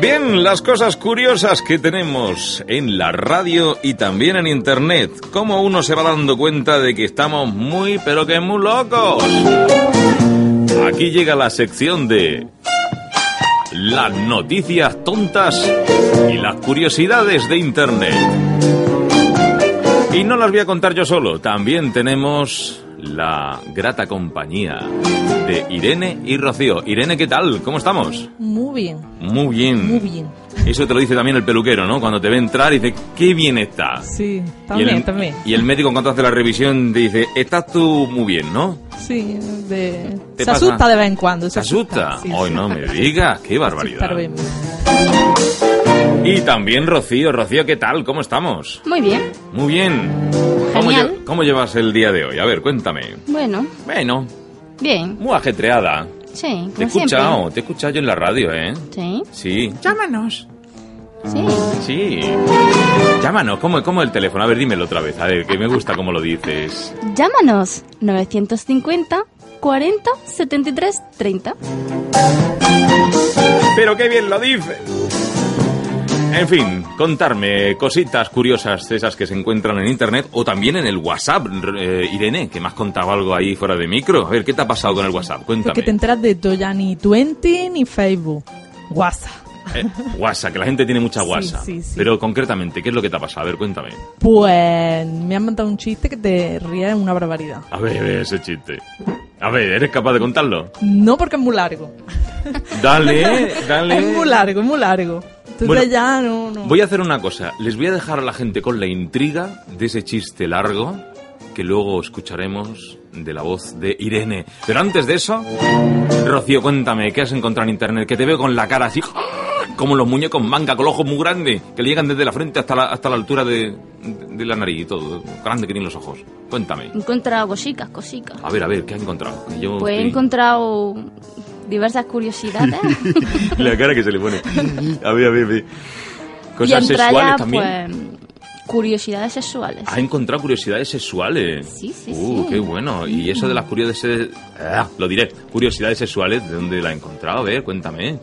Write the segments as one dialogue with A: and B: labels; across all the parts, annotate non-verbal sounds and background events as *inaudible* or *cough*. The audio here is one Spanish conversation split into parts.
A: Bien, las cosas curiosas que tenemos en la radio y también en internet. Cómo uno se va dando cuenta de que estamos muy, pero que muy locos. Aquí llega la sección de las noticias tontas y las curiosidades de internet. Y no las voy a contar yo solo, también tenemos la grata compañía de Irene y Rocío. Irene, ¿qué tal? ¿Cómo estamos?
B: Muy bien,
A: Muy bien.
B: muy bien.
A: Eso te lo dice también el peluquero, ¿no? Cuando te ve entrar y dice, qué bien está.
B: Sí, también,
A: y el,
B: también.
A: Y el médico cuando hace la revisión te dice, estás tú muy bien, ¿no?
B: Sí, de...
A: ¿Te
B: se
A: pasa?
B: asusta de vez en cuando.
A: ¿Te
B: Se
A: asusta?
B: asusta. sí,
A: Ay,
B: sí.
A: no me digas, qué barbaridad.
B: Pero bien.
A: Y también Rocío. Rocío, ¿qué tal? ¿Cómo estamos?
C: Muy bien.
A: Muy bien. ¿Cómo,
C: Genial.
A: lle- cómo llevas el día de hoy? A ver, cuéntame.
C: Bueno,
A: Bueno,
C: bien.
A: muy ajetreada.
C: Sí,
A: Te he
C: como siempre.
A: escuchado, te he escuchado yo en la radio, ¿eh?
C: Sí,
A: Sí,
D: Llámanos.
A: Ah.
C: sí.
A: sí. Llámanos, ¿cómo, cómo el teléfono? A ver, dímelo otra vez, a ver, que me gusta cómo lo dices.
C: Llámanos 950 40 73 30.
A: Pero qué bien lo dice. En fin, contarme cositas curiosas de esas que se encuentran en internet o también en el WhatsApp, R- eh, Irene, que me has contado algo ahí fuera de micro. A ver, ¿qué te ha pasado con el WhatsApp? Cuéntame.
B: Porque te enteras de todo, ya ni Twenty ni Facebook. WhatsApp.
A: Eh, WhatsApp, que la gente tiene mucha
B: Sí,
A: WhatsApp.
B: sí, sí.
A: Pero concretamente, ¿qué es lo que te ha pasado? A ver, cuéntame.
B: Pues me han mandado un chiste que te ríes una barbaridad.
A: A ver, ese chiste. A ver, ¿eres capaz de contarlo?
B: No porque es muy largo. *laughs*
A: Dale, dale.
B: Es muy largo, es muy largo. Entonces
A: Bueno,
B: ya no,
C: Mm.
B: no.
A: Voy a hacer una cosa. Les voy a dejar a la gente con la intriga de ese chiste largo que luego escucharemos de la voz de Irene. Pero antes de eso, Rocío, cuéntame, ¿qué has encontrado en internet? Que te veo con la cara así, como los muñecos manga, con los ojos muy grandes, que le llegan desde la frente hasta la, hasta la altura de, de la nariz y todo. Grande que tienen los ojos. Cuéntame.
C: He encontrado cositas, cositas.
A: A ver, a ver, ¿qué has encontrado? Que yo
C: Pues he
A: estoy-
C: encontrado diversas curiosidades.
A: *laughs* La cara que se le pone. A ver, a ver, a ver. *laughs*
C: y
A: Cosas
C: entre
A: sexuales
C: ellas,
A: también.
C: pues, curiosidades sexuales.
A: Ha encontrado curiosidades sexuales.
C: Sí, sí,
A: uh,
C: sí. Mm.
A: qué bueno. Y eso de las curiosidades... ah, lo diré. Curiosidades sexuales, ¿de dónde la he encontrado? A ver, cuéntame.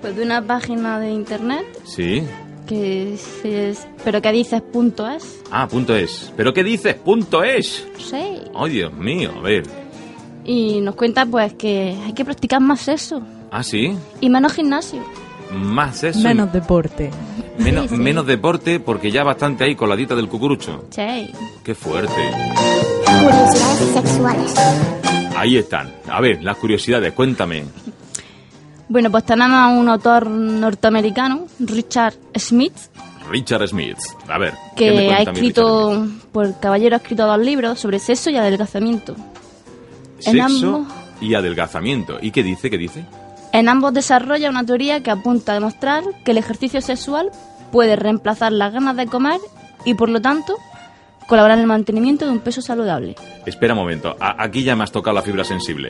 C: Pues de una página de internet
A: Sí.
C: que es, es- pero que dices punto es.
A: Ah, punto es. ¿Pero qué dices? Punto es.
C: Sí.
A: Ay, Dios mío. A ver.
C: Y nos cuenta pues que hay que practicar más eso
A: Ah, sí.
C: y menos gimnasio.
A: Más eso. y
B: Menos deporte.
A: menos,
C: Sí, sí.
A: menos deporte porque ya bastante ahí con la dieta del cucurucho.
C: Sí.
A: Qué fuerte.
E: Curiosidades sexuales.
A: Ahí están. A ver, las curiosidades. Cuéntame.
C: Bueno, pues tenemos a un autor norteamericano, Richard Smith,
A: Richard Smith. A ver. ¿qué me
C: que ha
A: cuenta mi Richard Smith?
C: escrito, por caballero ha escrito dos libros sobre sexo y adelgazamiento. en
A: Sexo
C: ambos-
A: y adelgazamiento. ¿Y qué dice? ¿Qué dice?
C: En ambos desarrolla una teoría que apunta a demostrar que el ejercicio sexual puede reemplazar las ganas de comer y, por lo tanto, colaborar en el mantenimiento de un peso saludable.
A: Espera un momento, A- aquí ya me has tocado la fibra sensible.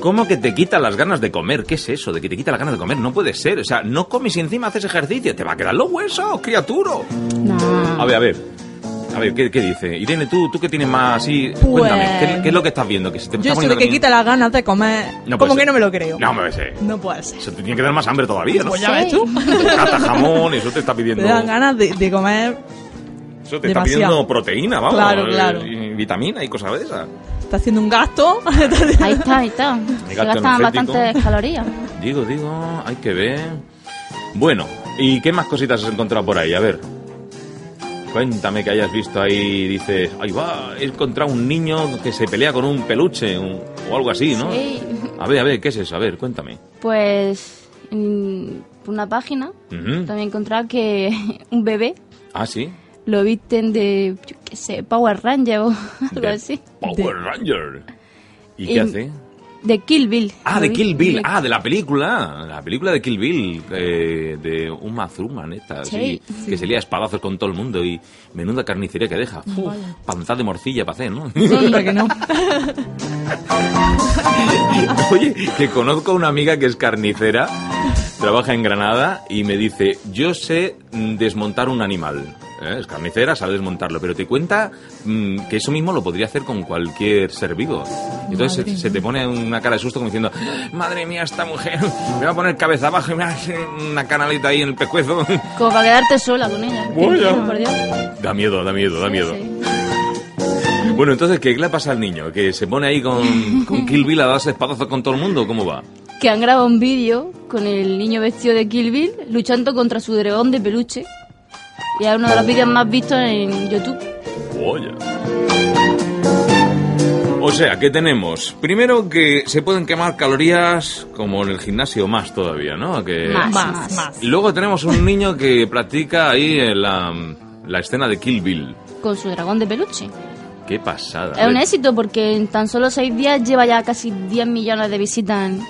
A: ¿Cómo que te quita las ganas de comer? ¿Qué es eso de que te quita las ganas de comer? No puede ser, o sea, no comes y encima haces ejercicio, te va a quedar los huesos, criaturo.
C: No.
A: Mm.
B: Ah.
A: A ver, a ver. A ver, ¿qué, qué dice? Irene, tú, tú que tienes más así,
B: Pues-
A: cuéntame, ¿qué, qué es lo que estás viendo? Que se te
B: Yo
A: está
B: eso de
A: poniendo
B: que
A: también-
B: quita las ganas de comer,
A: No puede
B: como
A: ser.
B: que no me lo creo.
A: No, me ser.
B: No puede ser.
A: Eso te tiene que dar más hambre todavía, ¿no?
B: Pues ya ves
C: Sí.
B: tú.
A: Cata jamón, eso te está
B: Te *laughs*
A: pidiendo...
B: dan ganas de, de comer.
A: Eso te está
B: demasiado.
A: pidiendo proteína, vamos. eh,
B: Claro, claro.
A: y vitamina y cosas de esas.
B: Está haciendo un gasto. *laughs*
C: Ahí está,
A: *laughs*
C: ahí está. Se
A: gasto
C: gastan
A: energético.
C: bastantes calorías.
A: Digo, digo, hay que ver. Bueno, ¿y qué más cositas has encontrado por ahí? A ver. Cuéntame que hayas visto ahí y dices, ahí va, he encontrado un niño que se pelea con un peluche un- o algo así, *laughs* ¿no?
C: Sí.
A: A ver, a ver, ¿qué es eso? A ver, cuéntame.
C: Pues en una página
A: Ujú.
C: también encontraba que *laughs* un bebé
A: Ah, sí.
C: lo visten de, yo qué sé, Power Ranger o *laughs* algo
A: De
C: así.
A: Power Ranger. ¿Y qué
C: Y-
A: hace?
C: De Kill Bill.
A: Ah,
C: ¿Lo
A: de
C: vi?
A: Kill Bill. Ah, de la película. La película de Kill Bill. eh, de Uma Thurman, esta. Sí,
C: Sí.
A: Que se lía a espadazos con todo el mundo y menuda carnicería que deja.
C: Mm.
A: Uf, panzad de morcilla para hacer,
C: *laughs*
A: ¿no?
B: Hombre, que no.
A: *laughs* Oye, que conozco a una amiga que es carnicera, trabaja en Granada y me dice, yo sé mm, desmontar un animal. ¿Eh? Es carnicera, sabe desmontarlo, pero te cuenta mm, que eso mismo lo podría hacer con cualquier ser vivo. Entonces se,
B: Madre
A: se te pone una cara de susto como diciendo, madre mía, esta mujer me va a poner cabeza abajo y me va a hacer una canaleta ahí en el pescuezo. *laughs*
C: Como para quedarte sola con ella.
A: Vaya.
C: Por Dios.
A: Da miedo, da miedo, da miedo.
C: Sí.
A: Bueno, entonces, ¿qué le pasa al niño? ¿Que se pone ahí con, con Kill Bill a darse espadazos con todo el mundo? ¿Cómo va?
C: que han grabado un vídeo con el niño vestido de Kill Bill luchando contra su dragón de peluche. Y es uno de los vídeos más vistos en YouTube.
A: Oye. O sea, ¿qué tenemos? Primero que se pueden quemar calorías como en el gimnasio más todavía, ¿no? Que...
C: Más,
B: Más,
C: más.
B: más.
A: Luego tenemos un niño que practica ahí en la, la escena de Kill Bill.
C: Con su dragón de peluche.
A: Qué pasada.
C: Es un éxito porque en tan solo seis días lleva ya casi 10 millones de visitas en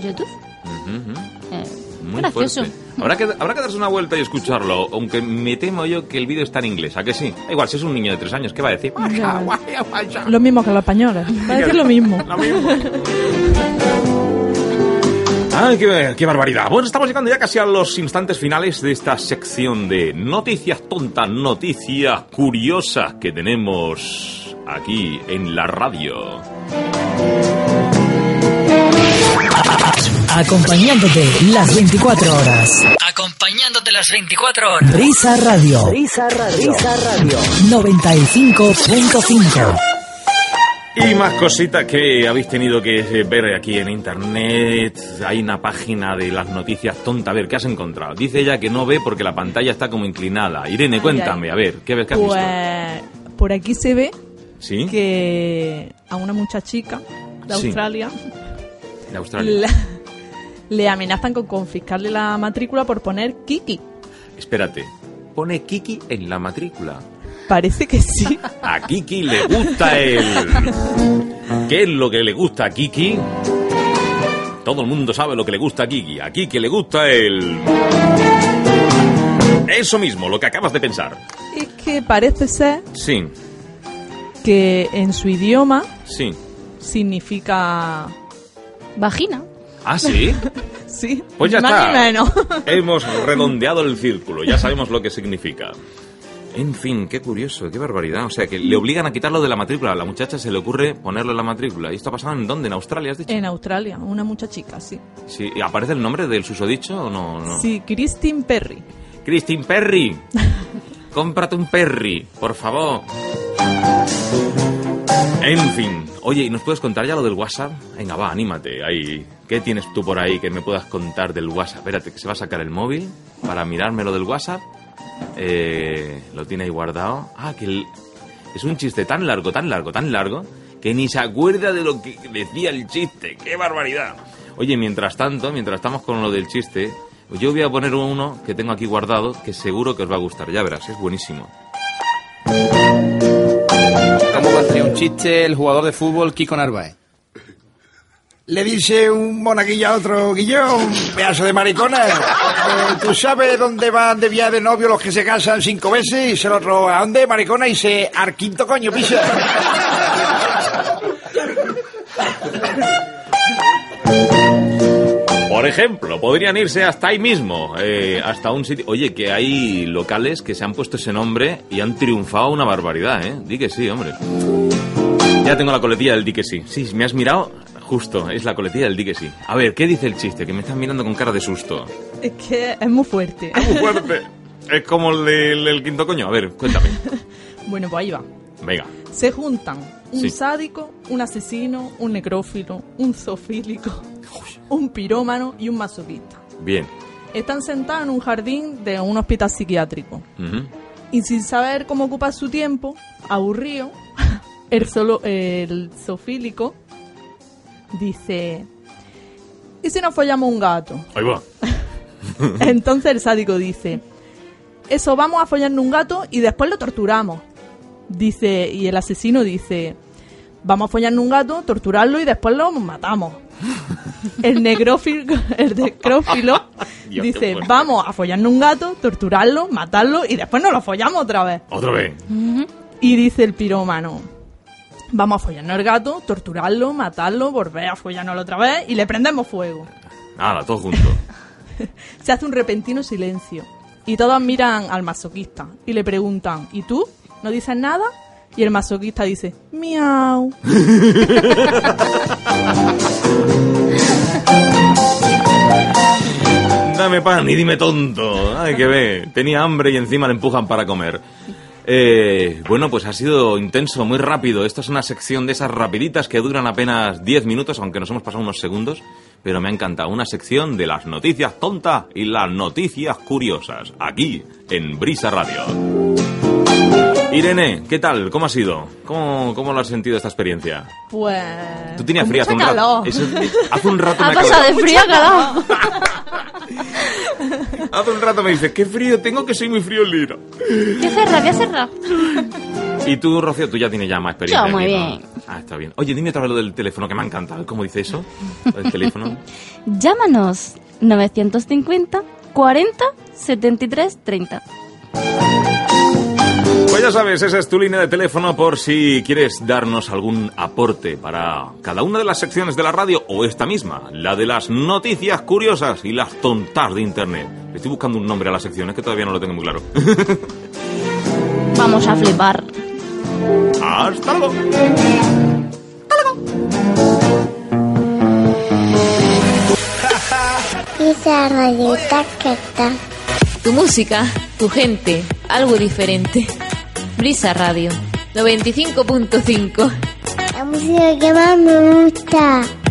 C: YouTube.
A: Ujú, ujú.
C: Eh,
A: Muy
C: gracioso.
A: fuerte. Habrá que, habrá que darse una vuelta y escucharlo, aunque me temo yo que el vídeo está en inglés, ¿a que sí? Da Igual, si es un niño de tres años, ¿qué va a decir? *laughs*
B: Lo mismo que los españoles. Va a decir lo mismo.
A: ¡Ay, Ah, qué, qué barbaridad! Bueno, estamos llegando ya casi a los instantes finales de esta sección de noticias tontas, noticias curiosas que tenemos aquí en la radio.
D: Acompañándote las 24 horas.
F: Acompañándote las 24 horas.
D: Risa Radio. Risa Radio. 95.5.
A: Y más cositas que habéis tenido que eh, ver aquí en internet. Hay una página de las noticias tonta. A ver, ¿qué has encontrado? Dice ella que no ve porque la pantalla está como inclinada. Irene, cuéntame, a ver, ¿qué ves que has visto?
B: Pues por aquí se ve
A: ¿Sí?
B: que a una muchachica de
A: Sí.
B: Australia
A: De Australia.
B: la- le amenazan con confiscarle la matrícula por poner Kiki.
A: Espérate. Pone Kiki en la matrícula.
B: Parece
A: *laughs*
B: que sí.
A: A Kiki le gusta el... ¿Qué es lo que le gusta a Kiki? Todo el mundo sabe lo que le gusta a Kiki. A Kiki le gusta el... Eso mismo, lo que acabas de pensar.
B: es que parece ser
A: Sí,
B: que en su idioma
A: sí.
B: significa
C: Vagina.
A: ¿Ah, sí?
B: sí,
A: Pues ya
B: más
A: está.
B: ni menos. *laughs*
A: Hemos redondeado el círculo, ya sabemos lo que significa. En fin, qué curioso, qué barbaridad. O sea, que le obligan a quitarlo de la matrícula. A la muchacha se le ocurre ponerlo en la matrícula. ¿Y esto ha pasado en dónde? ¿En Australia, has dicho?
B: en Australia, una muchachica, sí.
A: Sí. ¿Y ¿Aparece el nombre del susodicho o no? no?
B: Sí, Christine Perry.
A: Christine Perry. Cómprate un Perry, por favor. En fin. Oye, ¿y nos puedes contar ya lo del WhatsApp? Venga, va, anímate. Ahí. ¿Qué tienes tú por ahí que me puedas contar del WhatsApp? Espérate, que se va a sacar el móvil para mirarme lo del WhatsApp. Eh, lo tiene ahí guardado. Ah, que el- es un chiste tan largo, tan largo, tan largo, que ni se acuerda de lo que decía el chiste. ¡Qué barbaridad! Oye, mientras tanto, mientras estamos con lo del chiste, yo voy a poner uno que tengo aquí guardado que seguro que os va a gustar. Ya verás, es buenísimo.
G: ¿Cómo contaría un chiste el jugador de fútbol Kiko Narváez?
H: Le dice un monaguillo a otro, Guillón, pedazo de maricona. eh, ¿Tú sabes dónde van de viaje de novio los que se casan cinco veces? Y se lo otro, ¿a dónde, maricona? Y se, al quinto coño, piso.
A: Por ejemplo, podrían irse hasta ahí mismo, eh, hasta un sitio... Oye, que hay locales que se han puesto ese nombre y han triunfado una barbaridad, ¿eh? Di que sí, hombre. Ya tengo la coletilla del di que sí. Sí, me has mirado justo, es la coletilla del di que sí. A ver, ¿qué dice el chiste? Que me estás mirando con cara de susto.
B: Es que es
A: *laughs*
B: muy fuerte.
A: Muy fuerte. Es como el del el quinto coño. A ver, cuéntame.
B: Bueno, pues ahí va.
A: Venga.
B: Se juntan un
A: Sí.
B: sádico, un asesino, un necrófilo, un zoofílico, un pirómano y un masoquista.
A: Bien.
B: Están sentados en un jardín de un hospital psiquiátrico.
A: Ujú.
B: Y sin saber cómo ocupar su tiempo, aburrido, *laughs* el, solo, el zoofílico dice... ¿Y si nos follamos un gato?
A: Ahí va.
B: Entonces el sádico dice, eso, vamos a follarnos un gato y después lo torturamos. Dice, y el asesino dice, vamos a follarnos un gato, torturarlo y después lo matamos. El necrófilo, el necrófilo
A: Dios, qué
B: dice,
A: fuerte.
B: vamos a follarnos un gato, torturarlo, matarlo y después nos lo follamos otra vez.
A: Otra vez.
B: Y dice el piromano, vamos a follarnos el gato, torturarlo, matarlo, volver a follarnos otra vez y le prendemos fuego.
A: Nada, todo junto.
B: Se hace un repentino silencio y todos miran al masoquista y le preguntan, ¿y tú? ¿No dices nada? Y el masoquista dice, miau.
A: Dame pan y dime tonto. Ay, que ve. Tenía hambre y encima le empujan para comer. Eh, bueno, pues ha sido intenso, muy rápido. Esta es una sección de esas rapiditas que duran apenas 10 minutos, aunque nos hemos pasado unos segundos. Pero me ha encantado. Una sección de las noticias tontas y las noticias curiosas. Aquí, en Brisa Radio. Irene, ¿qué tal? ¿Cómo ha sido? ¿Cómo, cómo lo has sentido esta experiencia?
B: Pues...
A: Tú tenías
B: con
A: frío hace
B: mucho
A: un rato.
B: calor.
A: Eso- eh, hace un rato
C: Ha
A: me acabo-
C: pasado Ah, de frío
A: *laughs*
C: a calor.
A: Hace un rato me dices, qué frío tengo que soy muy frío Lira.
C: Voy a cerrar, voy a cerrar.
A: Y tú, Rocío, tú ya tienes ya más experiencia.
C: Yo, muy
A: aquí, ¿no?
C: bien.
A: Ah, está bien. Oye, dime otra vez lo del teléfono, que me ha encantado. ¿Cómo dice
C: *laughs*
A: eso? El teléfono.
C: Llámanos 950 40 73 30.
A: Pues ya sabes, esa es tu línea de teléfono por si quieres darnos algún aporte para cada una de las secciones de la radio o esta misma, la de las noticias curiosas y las tontas de Internet. Estoy buscando un nombre a la sección, es que todavía no lo tengo muy claro. *laughs*
C: Vamos a flipar.
A: Hasta luego.
E: Esa rayita que está.
I: Tu música, tu gente, algo diferente. Brisa Radio 95.5.
E: La música que más me gusta.